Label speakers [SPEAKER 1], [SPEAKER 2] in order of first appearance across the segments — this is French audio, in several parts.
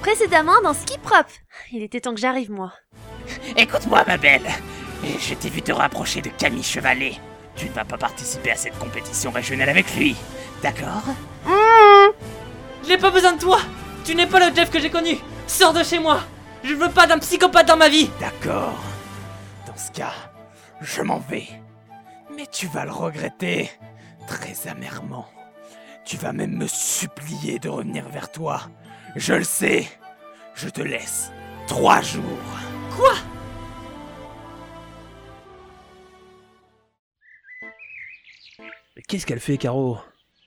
[SPEAKER 1] Précédemment dans Ski Prop. Il était temps que j'arrive, moi.
[SPEAKER 2] Écoute-moi, ma belle. Et je t'ai vu te rapprocher de Camille Chevalet. Tu ne vas pas participer à cette compétition régionale avec lui, d'accord
[SPEAKER 3] J'ai pas besoin de toi Tu n'es pas le Jeff que j'ai connu Sors de chez moi Je veux pas d'un psychopathe dans ma vie
[SPEAKER 2] D'accord. Dans ce cas, je m'en vais. Mais tu vas le regretter très amèrement. Tu vas même me supplier de revenir vers toi. Je le sais. Je te laisse trois jours.
[SPEAKER 3] Quoi
[SPEAKER 4] Mais qu'est-ce qu'elle fait, Caro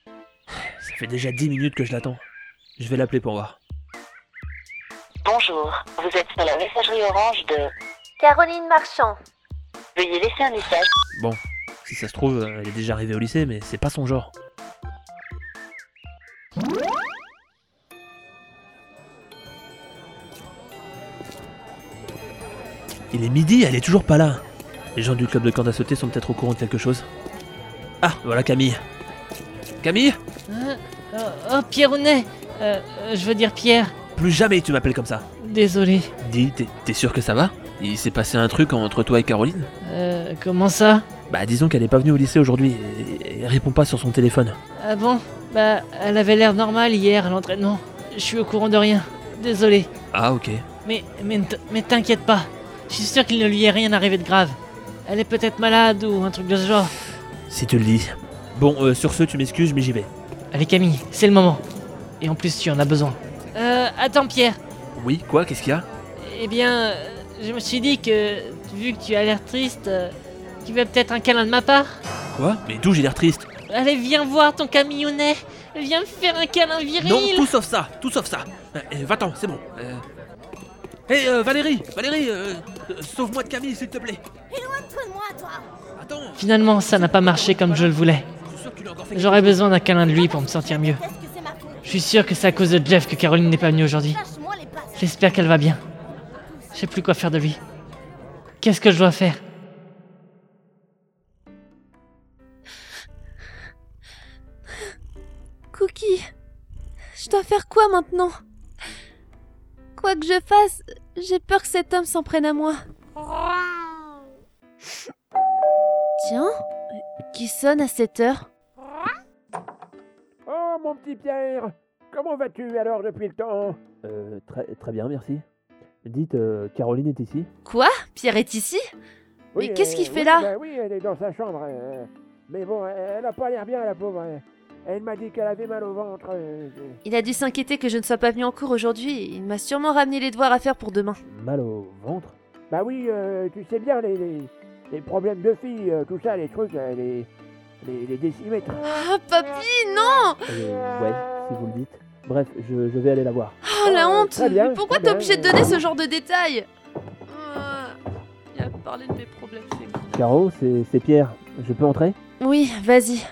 [SPEAKER 4] Ça fait déjà 10 minutes que je l'attends. Je vais l'appeler pour voir.
[SPEAKER 5] Bonjour, vous êtes sur la messagerie orange de...
[SPEAKER 1] Caroline Marchand.
[SPEAKER 5] Veuillez laisser un message.
[SPEAKER 4] Bon, si ça se trouve, euh, elle est déjà arrivée au lycée, mais c'est pas son genre. Il est midi, elle est toujours pas là. Les gens du club de camp à sauter sont peut-être au courant de quelque chose. Ah, voilà Camille. Camille
[SPEAKER 3] Oh, Pierronnet Euh, Je veux dire Pierre.
[SPEAKER 4] Plus jamais tu m'appelles comme ça.
[SPEAKER 3] Désolé.
[SPEAKER 4] Dis, t'es- t'es sûr que ça va Il s'est passé un truc entre toi et Caroline
[SPEAKER 3] Euh, comment ça
[SPEAKER 4] Bah disons qu'elle est pas venue au lycée aujourd'hui et, et répond pas sur son téléphone.
[SPEAKER 3] Ah bon Bah, elle avait l'air normale hier à l'entraînement. Je suis au courant de rien. Désolé.
[SPEAKER 4] Ah ok.
[SPEAKER 3] Mais, mais, ne t- mais t'inquiète pas. Je suis sûr qu'il ne lui est rien arrivé de grave. Elle est peut-être malade ou un truc de ce genre.
[SPEAKER 4] Si tu le dis. Bon, euh, sur ce, tu m'excuses, mais j'y vais.
[SPEAKER 3] Allez Camille, c'est le moment. Et en plus tu en as besoin. Euh, attends Pierre.
[SPEAKER 4] Oui, quoi Qu'est-ce qu'il y a
[SPEAKER 3] Eh bien, euh, je me suis dit que, vu que tu as l'air triste, euh, tu veux peut-être un câlin de ma part
[SPEAKER 4] Quoi Mais d'où j'ai l'air triste
[SPEAKER 3] Allez, viens voir ton camionnet Viens me faire un câlin viril
[SPEAKER 4] Non, tout sauf ça, tout sauf ça. Euh, euh, Va-t'en, c'est bon. Euh... Hé, euh, Valérie, Valérie, euh, euh, sauve-moi de Camille, s'il te plaît. Éloigne-toi de moi, toi. Attends.
[SPEAKER 3] Finalement, ça n'a pas marché comme je le voulais.
[SPEAKER 4] Je suis sûr que tu l'as encore fait.
[SPEAKER 3] J'aurais besoin d'un câlin de lui pour me sentir mieux.
[SPEAKER 6] Est-ce que c'est ma faute
[SPEAKER 3] Je suis sûr que c'est à cause de Jeff que Caroline n'est pas venue aujourd'hui.
[SPEAKER 6] Lâche-moi les passes.
[SPEAKER 3] J'espère qu'elle va bien. Je sais plus quoi faire de lui. Qu'est-ce que je dois faire
[SPEAKER 1] Cookie, je dois faire quoi maintenant Quoi que je fasse, j'ai peur que cet homme s'en prenne à moi. Tiens, qui sonne à cette heure
[SPEAKER 7] Oh, mon petit Pierre Comment vas-tu alors depuis le temps
[SPEAKER 4] Euh, très, très bien, merci. Dites, euh, Caroline est ici
[SPEAKER 1] Quoi Pierre est ici Mais qu'est-ce qu'il
[SPEAKER 7] euh,
[SPEAKER 1] fait
[SPEAKER 7] oui,
[SPEAKER 1] là
[SPEAKER 7] bah Oui, elle est dans sa chambre. euh, mais bon, elle a pas l'air bien, la pauvre. euh. Elle m'a dit qu'elle avait mal au ventre. euh, euh.
[SPEAKER 1] Il a dû s'inquiéter que je ne sois pas venue en cours aujourd'hui. Il m'a sûrement ramené les devoirs à faire pour demain.
[SPEAKER 4] Mal au ventre
[SPEAKER 7] Bah oui, euh, tu sais bien, les, les, les problèmes de filles, euh, tout ça, les trucs, euh, les, les, les décimètres.
[SPEAKER 1] Ah, papy, non
[SPEAKER 4] Euh, ouais, si vous le dites. Bref, je, je vais aller la voir.
[SPEAKER 1] Oh, la honte
[SPEAKER 7] Ah, très bien,
[SPEAKER 1] Mais Pourquoi
[SPEAKER 7] très
[SPEAKER 1] t'es
[SPEAKER 7] bien,
[SPEAKER 1] obligé de
[SPEAKER 7] euh.
[SPEAKER 1] donner ce genre de détails Euh, Il a parlé de mes problèmes féminins.
[SPEAKER 4] Caro, c'est c'est Pierre. Je peux entrer
[SPEAKER 1] Oui, vas-y.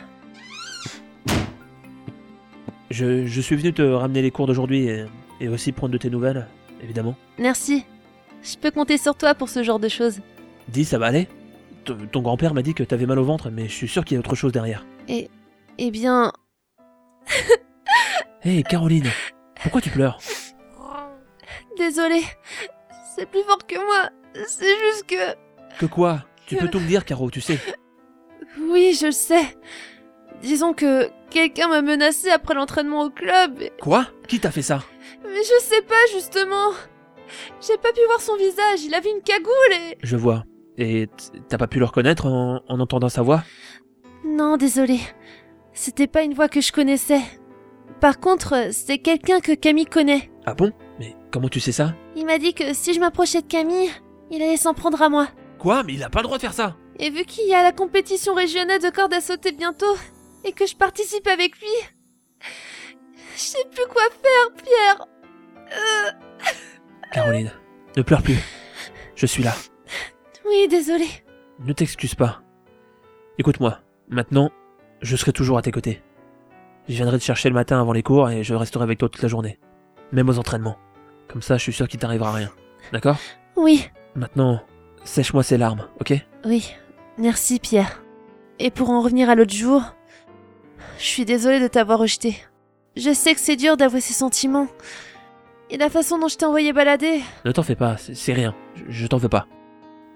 [SPEAKER 4] je, je suis venu te ramener les cours d'aujourd'hui et, et aussi prendre de tes nouvelles, évidemment.
[SPEAKER 1] Merci. Je peux compter sur toi pour ce genre de choses.
[SPEAKER 4] Dis, ça va aller T- Ton grand-père m'a dit que t'avais mal au ventre, mais je suis sûr qu'il y a autre chose derrière.
[SPEAKER 1] Eh bien,
[SPEAKER 4] Hé, Caroline, pourquoi tu pleures
[SPEAKER 1] désolé. C'est plus fort que moi. C'est juste que...
[SPEAKER 4] Que quoi Tu peux tout me dire, Caro, tu sais.
[SPEAKER 1] Oui, je le sais. Disons que quelqu'un m'a menacé après l'entraînement au club. et-
[SPEAKER 4] Quoi Qui t'a fait ça
[SPEAKER 1] Mais je sais pas, justement. J'ai pas pu voir son visage. Il avait une cagoule et...
[SPEAKER 4] Je vois. Et t- t'as pas pu le reconnaître en, en entendant sa voix
[SPEAKER 1] Non, désolé. C'était pas une voix que je connaissais. Par contre, c'est quelqu'un que Camille connaît.
[SPEAKER 4] Ah bon Mais comment tu sais ça
[SPEAKER 1] Il m'a dit que si je m'approchais de Camille, il allait s'en prendre à moi.
[SPEAKER 4] Quoi Mais il a pas le droit de faire ça
[SPEAKER 1] Et vu qu'il y a la compétition régionale de corde à sauter bientôt, et que je participe avec lui, je sais plus quoi faire, Pierre. Euh.
[SPEAKER 4] Caroline, ne pleure plus. Je suis là.
[SPEAKER 1] Oui, désolé.
[SPEAKER 4] Ne t'excuse pas. Écoute-moi, maintenant, je serai toujours à tes côtés. Je viendrai te chercher le matin avant les cours et je resterai avec toi toute la journée. Même aux entraînements. Comme ça, je suis sûr qu'il t'arrivera rien. D'accord
[SPEAKER 1] Oui,
[SPEAKER 4] Maintenant, sèche-moi ces larmes, ok
[SPEAKER 1] oui. Merci, Pierre. Et pour en revenir à l'autre jour, je suis désolée de t'avoir rejeté. Je sais que c'est dur d'avouer ses sentiments, et la façon dont je t'ai envoyé balader.
[SPEAKER 4] Ne t'en fais pas, c'est- c'est rien. Je, je t'en veux pas.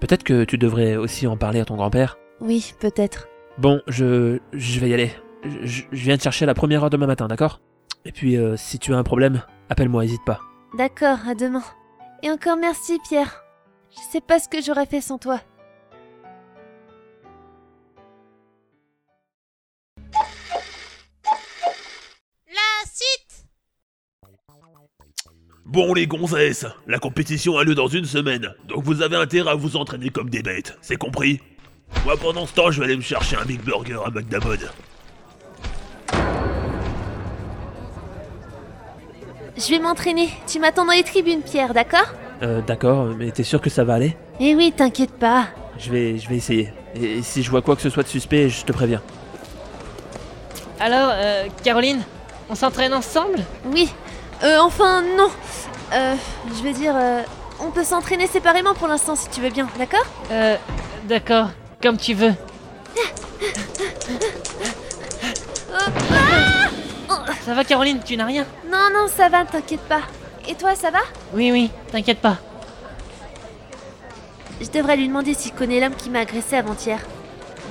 [SPEAKER 4] Peut-être que tu devrais aussi en parler à ton grand-père.
[SPEAKER 1] Oui, peut-être.
[SPEAKER 4] Bon, je, je vais y aller. Je, je- je viens te chercher à la première heure demain matin, d'accord Et puis, euh, si tu as un problème, appelle-moi, hésite pas.
[SPEAKER 1] D'accord, à demain. Et encore merci, Pierre. Je sais pas ce que j'aurais fait sans toi.
[SPEAKER 6] La suite
[SPEAKER 8] Bon les gonzesses, la compétition a lieu dans une semaine, donc vous avez intérêt à vous entraîner comme des bêtes, c'est compris Moi pendant ce temps je vais aller me chercher un Big Burger à McDonald's.
[SPEAKER 1] Je vais m'entraîner. Tu m'attends dans les tribunes, Pierre, d'accord
[SPEAKER 4] Euh, d'accord, mais t'es sûr que ça va aller
[SPEAKER 1] Eh oui, t'inquiète pas.
[SPEAKER 4] Je vais, je vais essayer. Et si je vois quoi que ce soit de suspect, je te préviens.
[SPEAKER 3] Alors, euh, Caroline, on s'entraîne ensemble
[SPEAKER 1] Oui. Euh, enfin, non. Euh, je veux dire, euh, on peut s'entraîner séparément pour l'instant si tu veux bien, d'accord
[SPEAKER 3] Euh, d'accord, comme tu veux. Ça va Caroline, tu n'as rien
[SPEAKER 1] Non, non, ça va, t'inquiète pas. Et toi, ça va
[SPEAKER 3] Oui, oui, t'inquiète pas.
[SPEAKER 1] Je devrais lui demander s'il connaît l'homme qui m'a agressé avant-hier.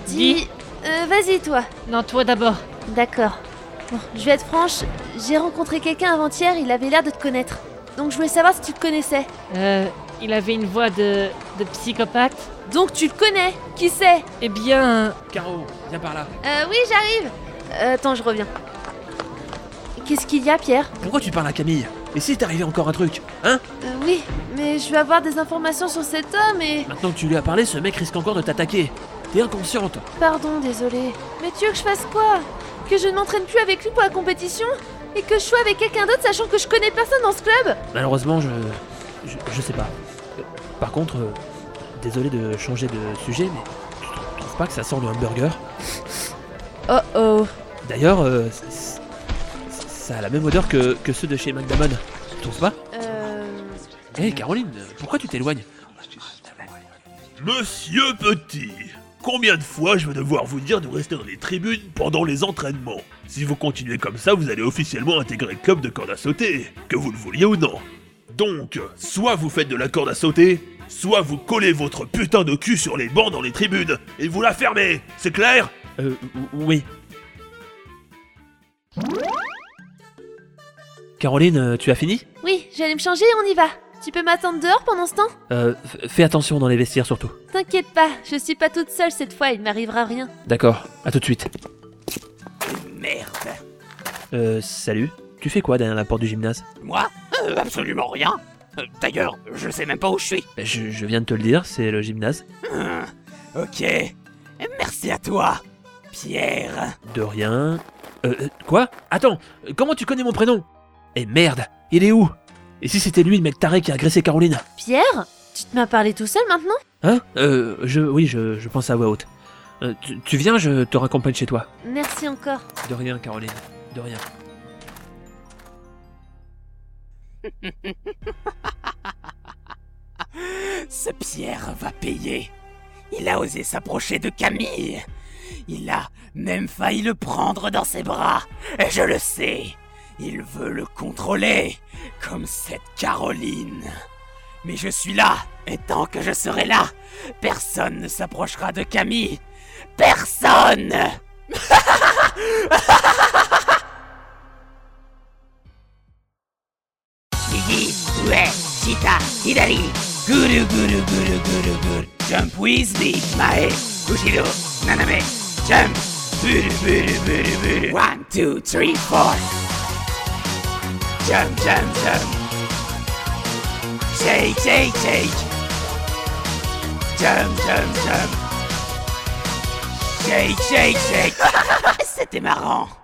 [SPEAKER 3] Dis.
[SPEAKER 1] Euh, vas-y, toi.
[SPEAKER 3] Non, toi d'abord.
[SPEAKER 1] D'accord. Bon, je vais être franche, j'ai rencontré quelqu'un avant-hier, il avait l'air de te connaître. Donc je voulais savoir si tu le connaissais.
[SPEAKER 3] Euh, il avait une voix de, de psychopathe.
[SPEAKER 1] Donc tu le connais Qui c'est
[SPEAKER 3] Eh bien,
[SPEAKER 4] Caro, viens par là.
[SPEAKER 1] Euh, oui, j'arrive Euh, Attends, je reviens. Qu'est-ce qu'il y a, Pierre
[SPEAKER 4] Pourquoi tu parles à Camille Et si t'es arrivé encore un truc Hein
[SPEAKER 1] Euh, Oui, mais je veux avoir des informations sur cet homme et...
[SPEAKER 4] Maintenant que tu lui as parlé, ce mec risque encore de t'attaquer. T'es inconsciente.
[SPEAKER 1] Pardon, désolé. Mais tu veux que je fasse quoi Que je ne m'entraîne plus avec lui pour la compétition Et que je sois avec quelqu'un d'autre sachant que je connais personne dans ce club
[SPEAKER 4] Malheureusement, je, je. je sais pas. Euh, Par contre, euh, désolé de changer de sujet, mais tu trou- trouves pas que ça sent le hamburger
[SPEAKER 1] Oh oh
[SPEAKER 4] D'ailleurs, euh, c- c- ça a la même odeur que, que ceux de chez McDamon. Tu trouves pas
[SPEAKER 1] Euh...
[SPEAKER 4] Hé Eh, Caroline, pourquoi tu t'éloignes
[SPEAKER 8] Monsieur Petit, combien de fois je vais devoir vous dire de rester dans les tribunes pendant les entraînements Si vous continuez comme ça, vous allez officiellement intégrer le club de corde à sauter, que vous le vouliez ou non. Donc, soit vous faites de la corde à sauter, soit vous collez votre putain de cul sur les bancs dans les tribunes et vous la fermez, c'est clair
[SPEAKER 4] Euh, oui. Caroline, euh, tu as fini
[SPEAKER 1] Oui, j'allais me changer et on y va. Tu peux m'attendre dehors pendant ce temps
[SPEAKER 4] Euh, f- Fais attention dans les vestiaires surtout.
[SPEAKER 1] T'inquiète pas, je suis pas toute seule cette fois, il m'arrivera rien.
[SPEAKER 4] D'accord, à tout de suite.
[SPEAKER 2] Merde
[SPEAKER 4] Euh, salut. Tu fais quoi derrière la porte du gymnase
[SPEAKER 2] Moi Euh, Absolument rien Euh, D'ailleurs, je sais même pas où je suis.
[SPEAKER 4] Bah, je, je viens de te le dire, c'est le gymnase.
[SPEAKER 2] Hum, ok. Merci à toi, Pierre.
[SPEAKER 4] De rien. Euh, euh, quoi Attends, euh, comment tu connais mon prénom Eh merde, il est où Et si c'était lui le mec taré qui a agressé Caroline
[SPEAKER 1] Pierre Tu te m'as parlé tout seul maintenant
[SPEAKER 4] Hein Euh, je, oui, je, je pense à voix haute. Euh, tu, tu viens, je te raccompagne chez toi.
[SPEAKER 1] Merci encore.
[SPEAKER 4] De rien, Caroline, de rien.
[SPEAKER 2] Ce Pierre va payer. Il a osé s'approcher de Camille. Il a même failli le prendre dans ses bras. Et je le sais. Il veut le contrôler, comme cette Caroline. Mais je suis là, et tant que je serai là, personne ne s'approchera de Camille. Personne Didi, ouais, Chita, Hidari, Guru Guru Guru Guru Guru, Jump with me, Mae, Ushiro, Naname, Jump, Buru Buru Buru Buru, One, two, three, four. Jump, jump, jump. Shake, shake, shake. Jump, jump, jump. Shake, shake, shake. C'était marrant.